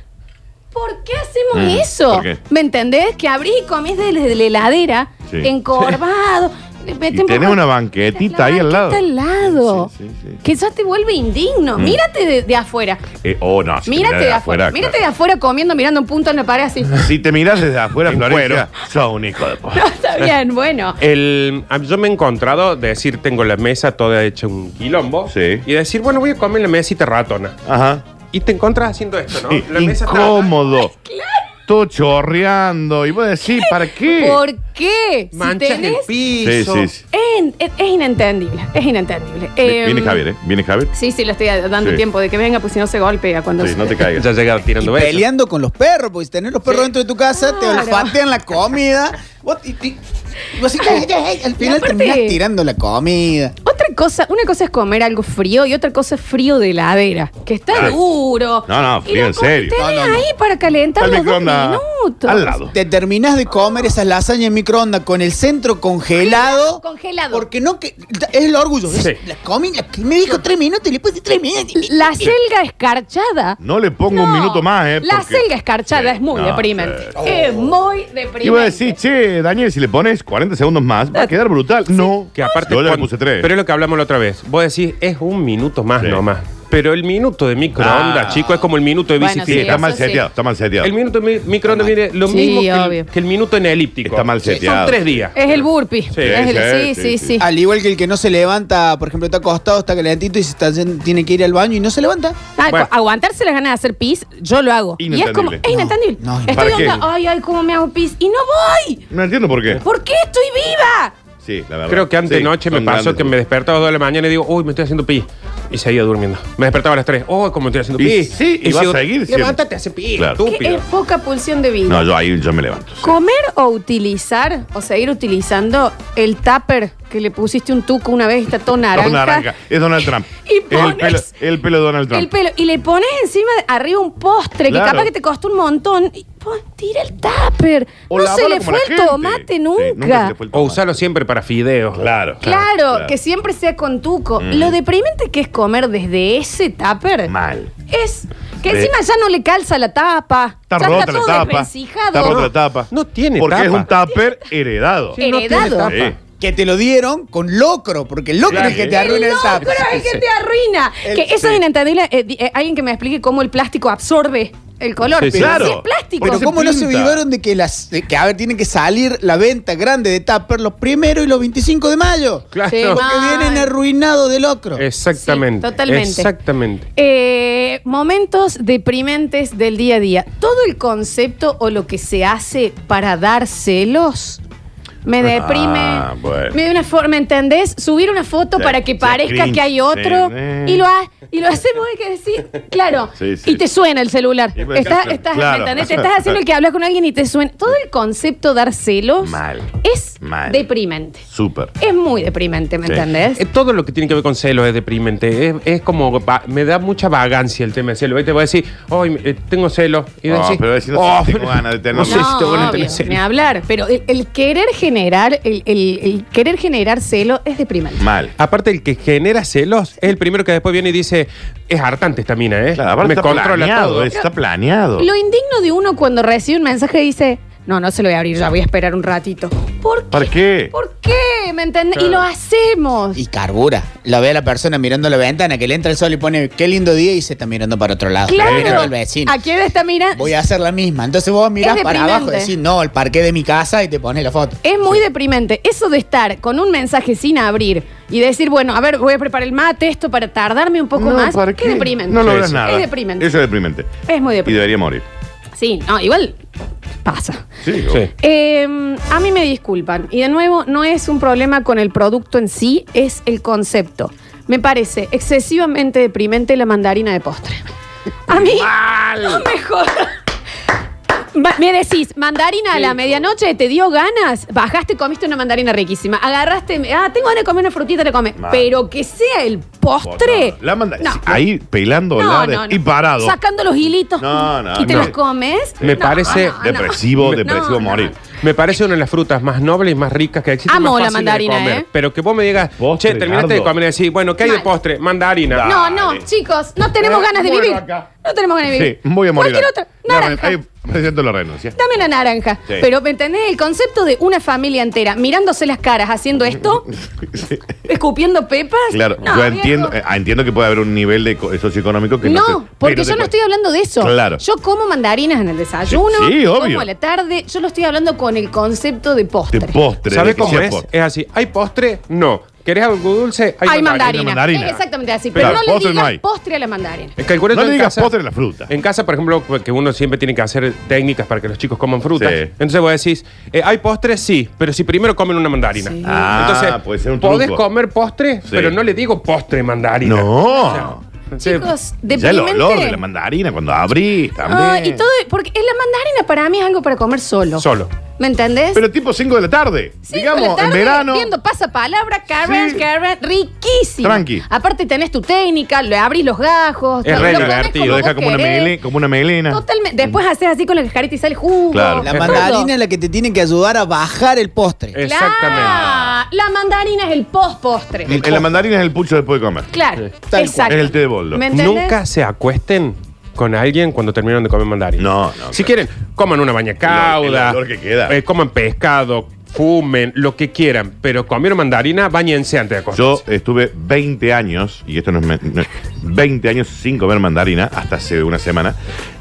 S2: ¿Por qué hacemos
S4: Mm,
S2: eso?
S4: ¿por qué?
S2: ¿Me entendés? Que abrís y comés desde la heladera,
S4: Sí.
S2: encorvado. le meten
S4: Y tenés
S2: poco-
S4: una banquetita ahí al lado.
S2: banqueta al lado.
S4: Sí, sí, sí, Mm. sí.
S2: Que ya te vuelve indigno. Mírate de, de afuera.
S4: Eh, oh, no. si te
S2: Mírate
S4: mirás
S2: de afuera. Mírate
S4: claro.
S2: de afuera comiendo, mirando un punto en la pared así.
S4: Si te miras desde afuera,
S3: En
S4: Florencia, sos un hijo de puta.
S2: No, está bien, bueno.
S3: El, a- yo me he encontrado de decir, tengo la mesa toda hecha un quilombo.
S4: Sí.
S3: Y decir, bueno, voy a comer la mesita ratona.
S4: Ajá.
S3: Y te encontrás haciendo esto, ¿no?
S4: Sí,
S3: La mesa está-
S4: incómodo. Todo chorreando. Y vos decís, ¿para qué?
S2: ¿Por qué? Si
S3: Manchas el
S2: tenés-
S4: Sí,
S3: piso.
S4: sí, sí.
S2: en- es, es inentendible, es inentendible.
S4: Vi- Viene
S2: Em,
S4: Javier, ¿eh? Viene Javier.
S2: Sí, sí, le estoy dando
S4: Sí.
S2: tiempo de que venga, pues si no se golpea cuando
S4: Sí,
S2: se-
S4: no te
S3: Ya
S4: caigas.
S3: llegaron tirando besos.
S5: Peleando con los perros, porque si tenés los perros
S3: Sí.
S5: dentro de tu casa, te
S2: Claro.
S5: olfatean la comida. Vos, y, y- y vos así, "Ay, ay, ay", al final
S2: aparte-
S5: terminás tirando la comida.
S2: Otra cosa, una cosa es comer algo frío y otra cosa es frío de heladera, que está
S4: Claro.
S2: duro.
S4: No, no,
S2: Y
S4: frío,
S2: lo
S4: en serio.
S2: tenés
S5: No, no, no.
S2: ahí para calentar
S4: Al
S2: los dos
S4: microondas.
S2: minutos.
S4: Al lado.
S5: Te terminás de comer esas lasañas en microondas con el centro congelado.
S2: Congelado.
S5: Porque no que. Es el orgullo. es
S3: Sí.
S5: La comida que me dijo tres minutos y le puse tres minutos. y-
S2: La selga escarchada.
S4: No le pongo un
S2: No,
S4: minuto más, ¿eh?
S2: La
S4: porque-
S2: selga escarchada
S4: Sí,
S2: es muy
S4: no,
S2: deprimente.
S4: sí.
S5: Oh.
S2: Es muy deprimente.
S4: Iba a decir, che, Daniel, si le pones 40 segundos más, va a quedar brutal. No.
S3: Que aparte.
S4: Yo le
S3: cuando-
S4: puse 3.
S3: Pero es lo que hablamos la otra vez. Vos decís, es un minuto más
S4: Sí.
S3: nomás. Pero el minuto de microondas,
S4: Ah.
S3: chico, es como el minuto de
S2: Bueno,
S3: bicicleta.
S4: está mal
S2: eso sí.
S4: seteado, está mal seteado.
S3: El minuto de mi- microondas viene lo
S2: Sí,
S3: mismo que
S2: obvio. Eh.
S3: el, que el minuto en elíptico.
S4: Está mal
S3: Sí, Son
S4: seteado.
S3: tres días.
S2: es el burpee.
S3: Sí,
S2: Es el- sí,
S4: sí,
S2: sí, sí,
S4: sí, sí.
S5: Al igual que el que no se levanta, por ejemplo, está acostado, está calentito y se está yendo- tiene que ir al baño y no se levanta.
S2: Ah,
S3: Bueno.
S2: cu- Aguantarse las ganas de hacer pis, yo lo hago. Y es como,
S4: Inentendible.
S2: es inentendible.
S5: No, no,
S2: Estoy
S4: ¿para qué?
S2: onda, ay, ay, cómo me hago pis. Y no voy.
S4: No entiendo por qué.
S2: ¿Por qué estoy viva?
S4: Sí, la verdad.
S3: Creo que antes
S4: Sí,
S3: noche me
S4: son
S3: pasó
S4: grandes.
S3: que me despertaba a las 2 de la mañana y digo, uy, me estoy haciendo pis. Y seguía durmiendo. Me despertaba a las 3. Oh, como estoy haciendo
S4: Y
S3: pis.
S4: sí, y va a
S3: sigo,
S4: seguir siendo.
S3: Levántate, hace pis,
S4: Claro.
S2: Que
S3: estúpido.
S2: es poca pulsión de vida.
S4: No, yo ahí yo me levanto.
S2: Comer o utilizar o seguir utilizando el tupper que le pusiste un tuco una vez y está todo naranja.
S4: Don Naranja. Es Donald Trump.
S2: Y
S4: Es el, pelo,
S2: pones-
S4: el pelo de Donald Trump.
S2: El pelo. Y le pones encima de- arriba un postre
S4: Claro.
S2: que capaz que te costó un montón. Y pon- tira el tupper.
S4: O
S2: no se
S4: lavarlo
S2: le
S4: como
S2: fue
S4: la
S2: el
S4: gente.
S2: tomate
S4: Sí,
S2: nunca.
S4: nunca se le fue el
S3: O
S4: tomate.
S3: usarlo siempre para fideos.
S4: Claro. Mm.
S2: Claro, que siempre sea con tuco. Lo deprimente que es comer desde ese tupper.
S4: Mal.
S2: Es que
S4: Sí.
S2: encima ya no le calza la tapa.
S4: Está
S2: ya
S4: rota
S2: está
S4: la
S2: todo
S4: tapa.
S2: desvencijado.
S4: Está rota la tapa.
S3: No tiene
S4: Porque
S3: tapa.
S4: es un tupper heredado.
S2: Sí, Heredado.
S3: No tiene
S4: Sí.
S3: tapa.
S5: Que te lo dieron con locro, porque el locro
S4: Claro.
S5: es el que te arruina el
S2: No, pero
S5: tupper.
S2: es que te arruina.
S5: El-
S2: que eso
S5: sí.
S2: es inentendible. Eh, di- eh, alguien que me explique cómo el plástico absorbe el color.
S3: Sí, sí.
S2: pero
S4: Claro.
S2: si es plástico.
S4: Porque
S5: Pero
S4: se
S5: ¿cómo no se
S4: pinta.
S5: vivaron de que las de que a ver tienen que salir la venta grande de Tupper los primeros y los 25 de mayo?
S3: Claro.
S2: Sí,
S5: Porque
S2: Ay.
S5: vienen arruinados de locro.
S3: Exactamente.
S2: Sí, totalmente.
S3: Exactamente.
S2: Eh, momentos deprimentes del día a día. Todo el concepto o lo que se hace para dar celos me deprime.
S4: Ah, bueno.
S2: Me de una forma, ¿entendés? Subir una foto
S4: Sí,
S2: para que
S4: sí,
S2: parezca
S4: cringe.
S2: que hay otro
S4: Sí, eh.
S2: y, lo ha- y lo hacemos hay que decir, claro,
S4: Sí, sí.
S2: y te suena el celular.
S4: Sí, pues,
S2: Estás,
S4: claro.
S2: estás,
S4: Claro.
S2: ¿me entendés? Te estás haciendo el que hablas con alguien y te suena. Todo el concepto dar celos
S4: Mal.
S2: es
S4: Mal.
S2: deprimente.
S4: Súper.
S2: Es muy deprimente, ¿me
S4: Sí.
S2: entendés?
S3: Eh, Todo lo que tiene que ver con celos es deprimente. Es, es como. va- me da mucha vagancia el tema de celos. Hoy te voy a decir, hoy tengo celos. Y
S4: No,
S3: decís, "Oh,
S4: pero decís, no sé si tengo ganas de tener
S3: No sé
S4: celos".
S3: si te van a
S2: obvio,
S3: tener
S2: ni
S3: celos.
S2: hablar. Pero el, el querer generar, el, el- el querer generar celo es deprimente.
S4: Mal.
S3: Aparte, el que genera celos es el primero que después viene y dice: Es hartante esta mina, ¿eh?
S4: Claro, aparte
S3: me
S4: está
S3: controla
S4: planeado,
S3: todo.
S4: Está planeado.
S2: Lo indigno de uno cuando recibe un mensaje y dice, no, no se lo voy a abrir, ya voy a esperar un ratito. ¿Por qué?
S4: ¿Para qué?
S2: ¿Por qué? ¿Me entendés? Y lo hacemos.
S5: Y carbura. La ve a la persona mirando la ventana, que le entra el sol y pone qué lindo día y se está mirando para otro lado. Está mirando
S2: claro.
S5: al vecino.
S2: ¿A quién está mirando?
S5: Voy a hacer la misma. Entonces vos mirás
S2: Es
S5: para abajo y
S2: deprimente.
S5: decís, no, el parque de mi casa y te pones la foto.
S2: Es muy deprimente eso de estar con un mensaje sin abrir y decir, bueno, a ver, voy a preparar el mate, esto para tardarme un poco
S4: No,
S2: más.
S4: ¿para
S2: Es deprimente.
S4: No logras
S2: es
S4: nada.
S2: deprimente.
S4: Eso es deprimente.
S2: Es muy
S4: Y
S2: deprimente.
S4: debería morir.
S2: Sí, no, igual pasa.
S4: Sí.
S3: Sí.
S2: Eh, a mí me disculpan. Y de nuevo, no es un problema con el producto en sí, es el concepto. Me parece excesivamente deprimente la mandarina de postre. A mí no me jodas. Va- Me decís, mandarina a la medianoche, ¿te dio ganas? Bajaste, comiste una mandarina riquísima. Agarraste, ah, tengo ganas de comer una frutita, te comes.
S4: Mal.
S2: Pero que sea el postre.
S4: Otra. La manda
S2: No.
S4: ahí pelando
S2: No,
S4: la
S2: no, no.
S4: y parado.
S2: Sacando los hilitos
S4: No, no,
S2: y te
S4: no.
S2: los comes.
S3: Me parece
S2: ah,
S4: Depresivo,
S2: No,
S4: depresivo
S2: no.
S4: morir.
S3: Me parece una de las frutas más nobles y más ricas que existe.
S2: Amo
S3: más
S2: la
S3: fácil de
S2: mandarina,
S3: comer.
S2: ¿eh?
S3: Pero que vos me digas,
S4: Postre,
S3: che, terminaste de
S4: Nardo.
S3: comer y decís, bueno, ¿qué hay de
S2: Mal.
S3: postre? Mandarina.
S2: No, no, chicos, no tenemos
S4: Eh,
S2: ganas de
S4: muero
S2: vivir.
S4: acá.
S2: No tenemos ganas de
S4: Sí,
S2: vivir.
S4: voy a morir.
S2: Cualquier otra.
S4: La-
S2: Naranja.
S4: ahí presento la renuncia.
S2: Dame una naranja.
S4: Sí.
S2: Pero, ¿me entendés? El concepto de una familia entera mirándose las caras haciendo esto,
S4: Sí.
S2: escupiendo pepas.
S4: Claro,
S2: No,
S4: yo
S2: viejo.
S4: entiendo, eh, ah, entiendo que puede haber un nivel de co- eh, socioeconómico que no.
S2: No,
S4: te-
S2: porque
S4: pero
S2: yo
S4: te
S2: no
S4: cuesta.
S2: estoy hablando de eso.
S4: Claro.
S2: Yo como mandarinas en el desayuno,
S4: Sí, sí, obvio.
S2: como a la tarde, yo lo estoy hablando con el concepto de postre.
S4: de postre.
S3: ¿Sabes
S4: de que
S3: cómo
S4: sea
S3: es?
S4: postre.
S3: Es así. ¿Hay postre? No. ¿Querés algo dulce? Hay,
S2: Hay mandarina.
S4: mandarina. mandarina.
S2: Es exactamente así.
S4: Claro,
S2: Pero, no le
S4: postre no
S2: digas
S4: hay.
S2: postre a la mandarina.
S3: Es que el cuero
S4: No
S3: yo
S4: le
S3: en
S4: digas
S3: casa-
S4: postre a la fruta.
S3: En casa, por ejemplo, que uno siempre tiene que hacer técnicas para que los chicos coman fruta.
S4: Sí.
S3: Entonces vos decís, eh, ¿hay postre? Sí, pero si primero comen una mandarina.
S2: Sí.
S4: Ah,
S3: Entonces,
S4: puede ser un
S3: podés
S4: truco.
S3: comer postre,
S4: Sí.
S3: pero no le digo postre mandarina.
S4: No.
S3: Entonces,
S2: Chicos,
S4: Ya el
S2: deprimente.
S4: olor de la mandarina cuando abrí también.
S2: Ah, y todo, porque es la mandarina para mí es algo para comer solo.
S3: Solo.
S2: ¿Me entendés?
S4: Pero tipo 5 de la tarde.
S2: Cinco
S4: digamos,
S2: de la tarde,
S4: en verano.
S2: Viendo pasapalabra, Karen,
S4: Sí.
S2: Karen, riquísimo.
S4: Tranqui.
S2: Aparte tenés tu técnica, le abrís los gajos.
S3: Es
S2: lo
S3: re
S2: pones
S3: divertido,
S4: Lo
S2: vos
S4: deja como una,
S2: querés.
S4: mele- como una melena.
S2: Totalmente. Después haces así con la cajarita y sale jugo.
S4: Claro.
S5: La
S4: Es
S2: todo.
S5: mandarina es la que te tiene que ayudar a bajar el postre.
S3: Eh,
S2: Claro.
S3: Exactamente.
S2: La mandarina es el post-postre.
S4: En la mandarina es el pucho después de comer.
S2: Claro.
S5: cual.
S2: Exacto.
S4: Es el té de boldo.
S2: ¿Me entendés?
S3: Nunca se acuesten con alguien cuando terminan de comer mandarina.
S4: No, no,
S3: Si
S4: claro.
S3: quieren, coman una baña cauda.
S4: El olor que queda.
S3: eh, coman pescado, fumen, lo que quieran. Pero comieron mandarina, bañense antes de
S4: Yo
S3: acostarse.
S4: estuve 20 años, y esto no es, me- no es- 20 años sin comer mandarina, hasta hace una semana,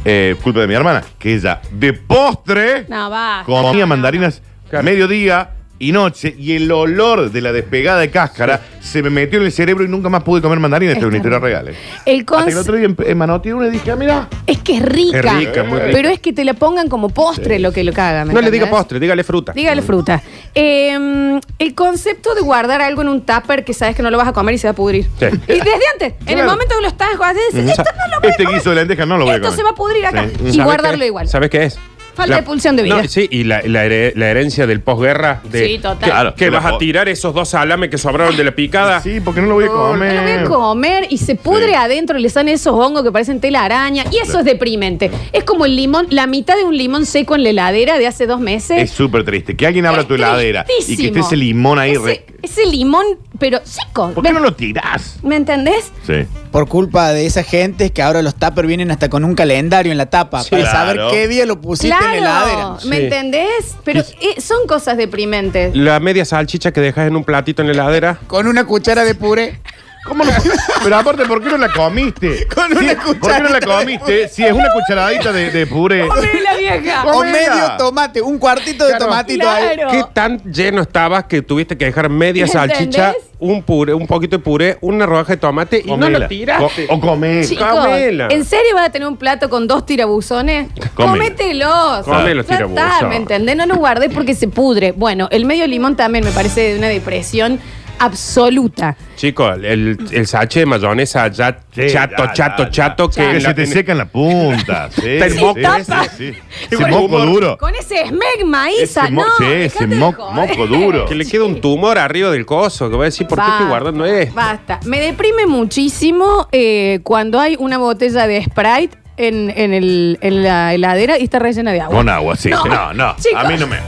S4: eh, culpa de mi hermana, que ella de postre
S2: No, va.
S4: comía mandarinas
S3: Claro.
S4: mediodía y noche, y el olor de la despegada de cáscara se me metió en el cerebro y nunca más pude comer mandarina. Esta es una historia real. eh.
S2: El
S4: Hasta que el
S2: cons-
S4: otro día en, en manoteé una y dije, ah, mira,
S2: Es que es rica.
S3: Es rica, muy rica.
S2: Pero es que te la pongan como postre lo que lo caga. ¿me
S3: no le
S2: entendés?
S3: diga postre, dígale fruta.
S2: Dígale fruta. Eh, el concepto de guardar algo en un tupper que sabes que no lo vas a comer y se va a pudrir.
S3: Sí.
S2: Y desde antes, en el
S4: Claro.
S2: momento que lo estás haces, decís, esto no lo voy a
S4: este
S2: comer.
S4: guiso de lentejas no lo voy a
S2: Esto
S4: comer.
S2: se va a pudrir acá.
S4: Sí.
S2: Y
S3: ¿Sabes
S2: guardarlo
S3: Mm. qué?
S2: igual.
S3: ¿Sabes qué es?
S2: Falta de pulsión de vida.
S3: No, sí, y la, la her- la herencia del posguerra. De
S2: Sí, total.
S3: Que,
S4: Claro.
S3: que vas
S4: Po-
S3: a tirar esos dos alames que sobraron de la picada.
S4: Sí, porque no lo voy a
S2: No lo voy
S4: comer.
S2: a comer y se pudre
S4: Sí.
S2: adentro, le salen esos hongos que parecen tela araña y eso es deprimente. Es como el limón, la mitad de un limón seco en la heladera de hace dos meses.
S4: Es súper triste. Que alguien abra
S2: Es
S4: tu heladera y que esté
S2: tristísimo.
S4: ese limón ahí.
S2: Ese,
S4: re-
S2: ese limón, pero seco.
S4: ¿Por qué no lo tirás?
S2: ¿Me entendés?
S4: Sí.
S5: Por culpa de esa gente es que ahora los tuppers vienen hasta con un calendario en la tapa
S3: Sí,
S5: para
S4: claro.
S5: saber qué día lo pusiste en la heladera.
S2: ¿me
S3: Sí.
S2: entendés? Pero eh, son cosas deprimentes.
S3: La media salchicha que dejas en un platito en la heladera.
S5: Con una cuchara de puré.
S4: ¿Cómo no? Pero aparte, ¿por qué no la comiste?
S5: Con una
S4: Sí, ¿Por qué no la
S5: cucharadita de
S4: comiste? Si es una cucharadita de, de puré.
S2: la vieja!
S5: O
S4: Comela.
S5: medio tomate, un cuartito de
S3: Claro.
S5: tomatito ahí.
S2: Claro.
S3: ¿Qué tan lleno estabas que tuviste que dejar media
S2: ¿Entendés?
S3: salchicha, un puré, un poquito de puré, una rodaja de tomate y no
S4: Comela.
S3: lo tiraste?
S4: Co- O comé.
S2: Chicos,
S3: Comela.
S2: ¿en serio vas a tener un plato con dos tirabuzones?
S4: Comela.
S2: Comételos.
S3: Come los
S2: Ya está,
S3: tirabuzones.
S2: ¿Me entendés? No los guardes porque se pudre. Bueno, el medio limón también me parece de una depresión absoluta.
S3: Chicos, el, el sachet de mayonesa ya
S4: Sí,
S3: chato,
S4: ya,
S3: chato,
S4: ya,
S3: chato,
S4: ya.
S3: que en
S4: Que
S3: la-
S4: se te
S3: en-
S4: seca en la punta. Sí,
S3: Está el
S4: sí,
S3: moco.
S4: sí, sí, sí. Ese moco duro.
S2: Con ese esmegma, Isa.
S4: Ese mo-
S2: no,
S4: sí,
S2: dejate
S4: ese
S2: de
S4: mo-
S2: joder.
S4: moco duro.
S3: Que le queda un tumor arriba del coso, que voy a decir, ¿por qué estoy
S2: Basta,
S3: guardando esto?
S2: Basta. Me deprime muchísimo eh, cuando hay una botella de Sprite en, en el- en la heladera y está rellena de agua.
S4: Con agua, sí. No, no,
S2: chicos,
S4: a mí no me-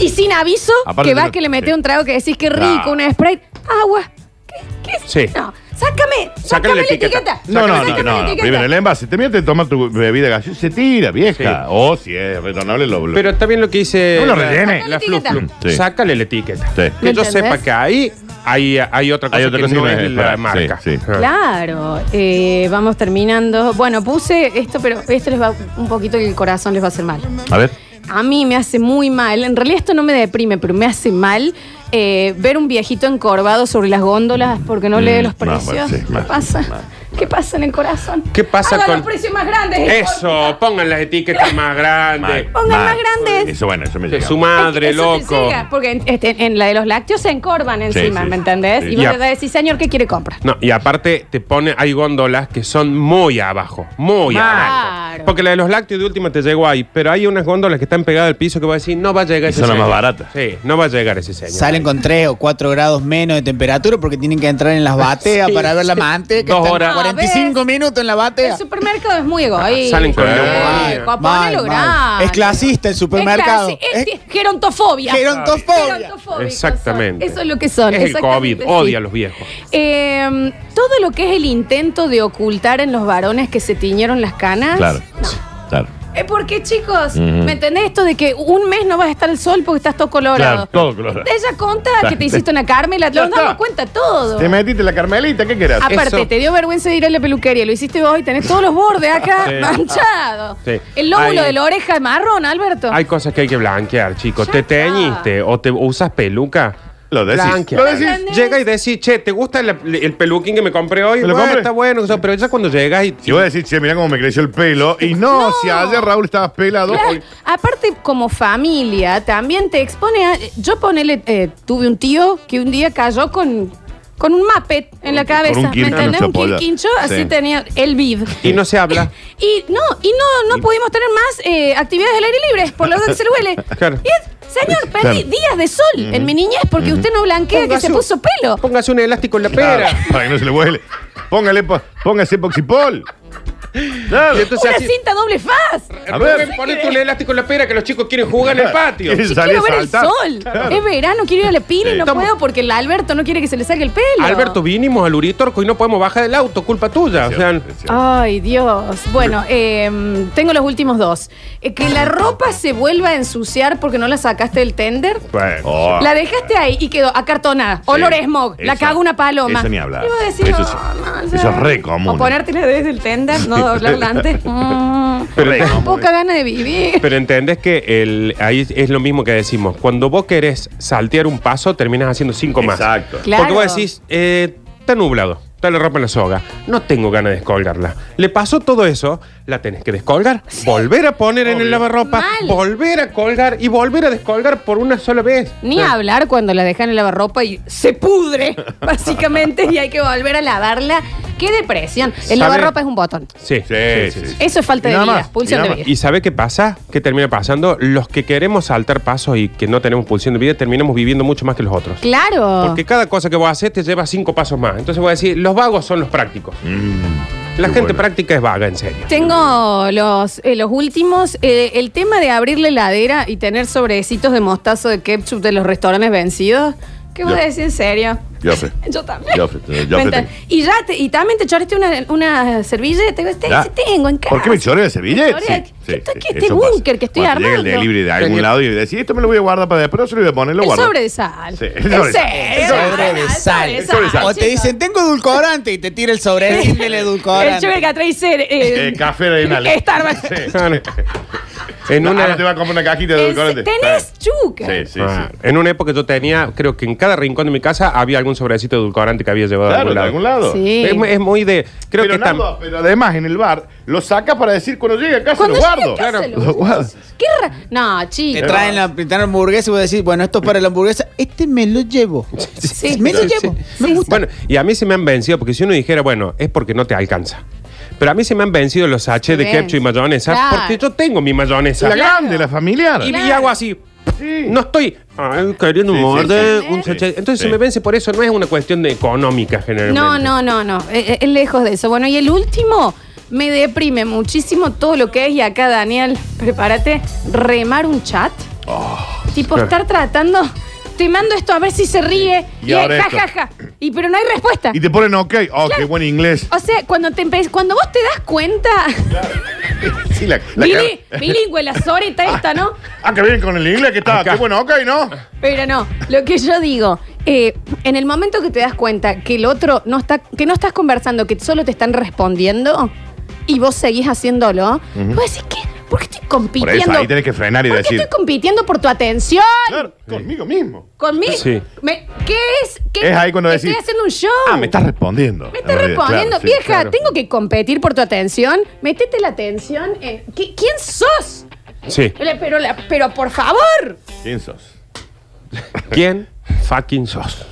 S2: Y sin aviso,
S4: Aparte
S2: que
S4: de
S2: vas
S4: lo-
S2: que le metes
S4: sí.
S2: un trago que decís que rico,
S4: Claro.
S2: una Sprite. Agua. ¿Qué, qué es?
S3: Sí.
S2: No. Sácame, sácame
S3: Sácale
S2: la
S3: la
S2: etiqueta.
S3: etiqueta.
S4: No, no, no,
S2: Sácame la
S4: no, no.
S2: etiqueta.
S4: Primero el e- envase. Te mientes de tomar tu bebida gaseosa. Se tira, vieja.
S3: Sí.
S4: O si es retornable, lo. lo-
S3: Pero está bien lo que dice.
S4: No lo
S3: la-
S4: rellene.
S3: La
S2: Sácale la
S3: flu,
S2: etiqueta.
S3: flu.
S4: Sí.
S3: Sácale la etiqueta.
S4: Sí.
S3: Que yo
S2: ¿Entendés?
S3: sepa que ahí hay, hay otra cosa
S4: Hay otra
S3: que
S4: cosa
S3: no
S4: que no
S3: es
S4: es
S3: la
S4: para-
S3: marca.
S4: sí, sí.
S3: Ah.
S2: Claro, eh, vamos terminando. Bueno, puse esto, pero esto les va un poquito el corazón les va a hacer mal.
S4: A ver.
S2: A mí me hace muy mal, en realidad esto no me deprime, pero me hace mal eh, ver un viejito encorvado sobre las góndolas porque no
S4: Mm,
S2: lee los
S4: no, bueno,
S2: precios.
S4: sí,
S2: ¿Qué
S4: mal,
S2: pasa?
S4: mal,
S2: ¿Qué pasa en el corazón?
S3: ¿Qué pasa
S2: Hagan
S3: con-
S2: los precios más grandes?
S3: Eso, pongan las etiquetas más grandes.
S2: Pongan más grandes.
S4: Eso, bueno, eso me
S3: Que
S4: llega.
S3: su madre,
S2: Eso te
S3: loco.
S2: llega, porque en, este, en la de los lácteos se encorvan encima,
S4: sí,
S2: ¿me
S4: sí.
S2: entendés?
S4: Sí.
S2: Y vos
S3: Ya.
S2: le decís, señor, ¿qué quiere comprar?
S3: No, y aparte te pone, hay góndolas que son muy abajo, muy
S4: Claro.
S3: abajo. Porque la de los lácteos de última te llegó ahí, pero hay unas góndolas que están pegadas al piso que va a decir, no va a llegar
S4: Y
S3: ese
S4: son las más
S3: señor.
S4: baratas.
S3: Sí, no va a llegar ese señor.
S5: Salen con 3 o 4 grados menos de temperatura porque tienen que entrar en las bateas
S3: Sí,
S5: para ver la
S3: sí.
S5: manteca.
S3: Dos
S5: Están
S3: horas.
S5: 45
S2: Ah, ¿Ves?
S5: minutos en la
S2: El
S5: batea.
S2: supermercado es muy egoísta.
S3: Salen con
S2: Eh,
S3: neumonía.
S2: Copa,
S5: Mal,
S2: ponelo
S5: mal.
S2: grande.
S5: Es clasista el supermercado.
S2: Es clasi-
S5: Es
S2: es gerontofobia.
S5: gerontofobia.
S2: Gerontofóbicos
S3: Exactamente.
S2: son. Eso es lo que son.
S3: Es el
S2: exactamente,
S3: COVID,
S2: sí.
S3: odia a los viejos.
S2: Eh, todo lo que es el intento de ocultar en los varones que se tiñeron las canas.
S4: Claro.
S2: no.
S4: Claro.
S2: Eh, porque chicos,
S4: Ujú.
S2: ¿me entendés esto de que un mes no vas a estar al sol porque estás todo colorado?
S4: Claro, todo colorado.
S2: Ella conta que te
S4: Claro.
S2: hiciste una Carmela,
S4: Ya
S2: nos damos
S4: está.
S2: cuenta todo.
S4: Te metiste la carmelita, ¿qué querés?
S2: Aparte,
S3: Eso.
S2: te dio vergüenza de ir a la peluquería, lo hiciste vos y tenés todos los bordes acá
S3: Sí.
S2: manchados.
S3: Sí.
S2: El lóbulo
S3: Hay-
S2: de la oreja marrón, Alberto.
S3: Hay cosas que hay que blanquear, chicos.
S2: Ya
S3: Te
S2: está.
S3: teñiste o te usas peluca.
S4: Lo decís.
S3: Blanquea.
S4: Lo decís.
S3: Llega y decís, che, ¿te gusta la- el peluquín que me compré hoy?
S4: ¿Me lo
S3: Bueno,
S4: compré?
S3: está bueno, qué sé yo, pero ya cuando llegas y...
S4: Si voy a decir, che, mirá cómo me creció el pelo. Y no,
S2: No.
S4: si ayer Raúl estabas pelado.
S2: Claro,
S4: hoy-
S2: aparte, como familia, también te expone a. Yo ponele. eh, tuve un tío que un día cayó con. Con un mapet en la cabeza,
S4: un quincho
S2: ¿me entendés?
S4: en
S2: Un
S4: la
S2: quin-
S4: chapolla.
S2: quincho, así
S4: Sí.
S2: tenía el vid.
S3: Y no se habla.
S2: Y no, y no, no pudimos tener más eh, actividades al aire libre, por lo que se le huele.
S3: Claro.
S2: Y es, señor, perdí
S4: Claro.
S2: días de sol en mi niñez porque usted no blanquea que se puso pelo.
S3: Póngase un elástico en la pera.
S4: Claro, para que no se le huele. Póngale, po- póngase epoxipol. Claro.
S3: Y entonces
S2: Una
S3: así,
S2: cinta doble faz.
S4: A
S3: Rubén,
S4: ver.
S3: ponete un elástico en la pera que los chicos quieren jugar en el patio.
S4: Es-
S2: Si
S4: Salí
S2: quiero
S4: a
S2: ver el
S4: saltar.
S2: sol.
S4: Claro.
S2: Es verano, quiero ir a la pila y
S4: Sí.
S2: no
S3: Estamos-
S2: puedo porque el Alberto no quiere que se le salga el pelo.
S3: Alberto, vinimos al Uritorco y no podemos bajar del auto, culpa tuya. O sea,
S2: Ay, Dios. Bueno, eh, tengo los últimos dos. Eh, que la ropa se vuelva a ensuciar porque no la sacaste del tender.
S4: Bueno. Oh.
S2: La dejaste ahí y quedó acartonada. Olor a smog. la
S4: Esa-
S2: cago una paloma.
S4: eso ni hablar.
S2: Y vos decís,
S4: Eso
S2: no,
S4: sí.
S2: no, ya.
S4: Eso es re común.
S2: O ponértela desde el tender, no doblarla antes. Mm,
S4: Pero- eh.
S2: tan poca gana de vivir.
S3: pero entendés que el, ahí es lo mismo que decimos. Cuando vos querés saltear un paso, terminas haciendo cinco más.
S4: Exacto.
S2: Claro.
S3: Porque vos decís, eh, está nublado, está la ropa en la soga, no tengo ganas de descolgarla. Le pasó todo eso, la tenés que descolgar, volver a poner en el lavarropa,
S2: Mal.
S3: volver a colgar y volver a descolgar por una sola vez.
S2: Ni hablar cuando la dejan en lavarropa y se pudre, básicamente, y hay que volver a lavarla. Qué depresión. El
S3: ¿Sabe?
S2: lavarropa es un botón.
S3: Sí,
S4: Sí, sí, sí.
S2: Eso es falta
S4: Y
S2: de
S4: nada
S2: vida,
S4: más,
S2: pulsión
S4: y
S2: de
S4: nada
S2: vida.
S3: ¿Y sabe qué pasa? ¿Qué termina pasando? Los que queremos saltar pasos y que no tenemos pulsión de vida, terminamos viviendo mucho más que los otros.
S2: Claro.
S3: Porque cada cosa que vos haces te lleva cinco pasos más. Entonces voy a decir, los vagos son los prácticos. La gente
S4: Mm, bueno.
S3: práctica es vaga, en serio.
S2: Tengo los, eh, los últimos. Eh, el tema de abrir la heladera y tener sobrecitos de mostazo de ketchup de los restaurantes vencidos.
S6: ¿Qué voy a
S4: Yo-
S6: decir en serio?
S4: Joffre.
S6: Yo también.
S4: Joffre, eh, Joffre
S6: Me enta-
S4: tengo.
S6: y ya te- y también te choraste una, una servilleta. Digo, Este,
S4: Ya.
S6: sí tengo en casa.
S4: ¿Por qué me choreo ese billete?
S6: choreo. ¿Qué- qué- qué- este
S4: eso pasa.
S2: búnker que estoy
S4: Cuando te Llega el
S2: armando?
S4: delivery de algún
S3: Tenía-
S4: lado y decís, esto me lo voy a guardar para después, no se lo voy a poner, lo
S2: El
S4: guardo.
S2: sobre de sal.
S4: Sí, el
S2: En
S4: sobre de sal.
S2: serio,
S4: El
S5: sobre
S2: bueno,
S5: de
S2: el
S5: sal.
S2: sobre de
S4: El sobre de
S2: sal,
S4: sal.
S5: O te
S2: chicos.
S5: dicen, tengo edulcorante y te tira el sobrecito del
S6: El
S5: edulcorante.
S6: chofer que atrae ser. eh,
S4: Eh, café de arenal.
S6: Starbucks.
S3: Claro. en,
S4: No,
S3: una,
S4: Ah, ahora te va a comprar una cajita de
S6: el-
S4: edulcorante.
S6: tenés chuca.
S4: Sí, sí,
S3: Ah,
S4: sí.
S3: en una época yo tenía, creo que en cada rincón de mi casa había algún sobrecito de edulcorante que había llevado a
S4: Claro, de algún lado.
S2: Sí.
S3: Es, mu- es muy de. Creo
S4: pero,
S3: que tam-
S4: Nardo, pero además en el bar lo sacas para decir cuando llegue a casa
S2: Cuando
S4: lo
S2: llegue a
S4: guardo.
S2: casa lo
S4: lo guardo.
S2: Qué ra- No,
S5: Te
S2: chicos.
S5: traen la, te traen la hamburguesa y vos decís, bueno, esto es para la hamburguesa, este me lo llevo.
S2: Sí,
S5: me lo
S2: sí,
S5: llevo.
S2: sí.
S5: Me
S2: Sí,
S5: gusta.
S3: Bueno, y a mí se me han vencido, porque si uno dijera, bueno, es porque no te alcanza. Pero a mí se me han vencido los sachets de
S2: Bien.
S3: ketchup y mayonesa,
S2: Claro.
S3: porque yo tengo mi mayonesa.
S4: La grande, la familiar.
S3: y,
S2: Claro.
S3: y hago así.
S4: Sí.
S3: No estoy ay, queriendo
S4: Sí, sí,
S3: morder
S4: sí.
S3: un
S4: Sí.
S3: sachet. Entonces
S4: Sí.
S3: se me vence por eso, no es una cuestión de económica generalmente.
S2: No, no, no, no. Eh, eh, lejos de eso. Bueno, y el último, me deprime muchísimo todo lo que es. Y acá, Daniel, prepárate, remar un chat.
S4: Oh,
S2: tipo, estar tratando. Te mando esto a ver si se ríe.
S4: Y
S2: Y,
S4: ahora
S2: jajaja.
S4: esto.
S2: Y pero no hay respuesta.
S4: Y te ponen ok. Oh, qué buen inglés.
S2: O sea, cuando te empe- cuando vos te das cuenta,
S4: Sí, la, la
S2: Bili-
S4: cara-
S2: bilingüe, la zoreta esta, ¿no?
S4: Ah, que vienen con el inglés que está.
S3: Acá.
S4: Qué bueno, ok, ¿no?
S2: Pero no, lo que yo digo, eh, en el momento que te das cuenta que el otro no está, que no estás conversando, que solo te están respondiendo y vos seguís haciéndolo, vos decís que, ¿por qué estoy
S4: Por
S2: compitiendo?
S4: eso ahí tenés que frenar y
S2: ¿Por qué
S4: decir.
S2: estoy compitiendo por tu atención?
S4: Claro, conmigo mismo.
S2: ¿Conmigo?
S3: Sí.
S2: Me- ¿Qué es? ¿Qué-
S4: Es ahí cuando
S2: te
S4: decís,
S2: Estoy haciendo un show.
S4: Ah, me estás respondiendo.
S2: Me estás
S4: En realidad,
S2: respondiendo,
S4: claro, sí,
S2: vieja,
S4: claro.
S2: tengo que competir por tu atención. Métete la atención en. ¿Qui- ¿Quién sos?
S3: Sí.
S2: Pero, la- pero por favor.
S4: ¿Quién sos?
S3: ¿Quién fucking sos?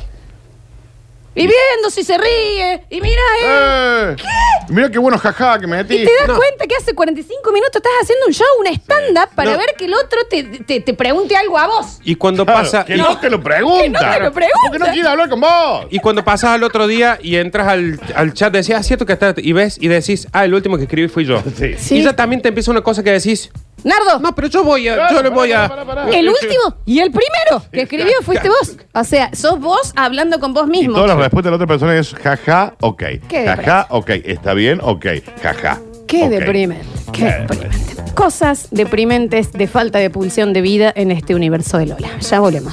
S2: Y viendo si se ríe. Y mira, eh.
S4: Eh, Mira qué bueno jaja que me metí.
S2: Y te das cuenta que hace 45 minutos estás haciendo un show, una stand-up, para
S3: No.
S2: ver que el otro te, te, te pregunte algo a vos.
S3: Y cuando
S4: Claro,
S3: pasa.
S4: Que
S3: y-
S4: no te lo pregunta.
S2: Que no te lo pregunta.
S4: Porque no quiere hablar con vos.
S3: Y cuando pasas al otro día y entras al, al chat, decís, ah, cierto que está. Y ves y decís, ah, el último que escribí fui yo.
S4: Sí.
S2: Sí.
S3: Y ya también te empieza una cosa que decís,
S2: Nardo,
S3: no, pero yo voy a.
S4: Claro,
S3: Yo le
S4: pará,
S3: voy a.
S4: pará, pará, pará.
S2: el último y el primero que escribió fuiste vos. O sea, sos vos hablando con vos
S4: Y
S2: mismo.
S4: todas las respuestas de la otra persona es jaja, ok.
S2: Qué
S4: Jaja, ok. Está bien, ok. Jaja.
S2: Qué
S4: ok.
S2: deprimente, qué deprimente. Cosas deprimentes de falta de pulsión de vida en este universo de Lola. Ya volvemos.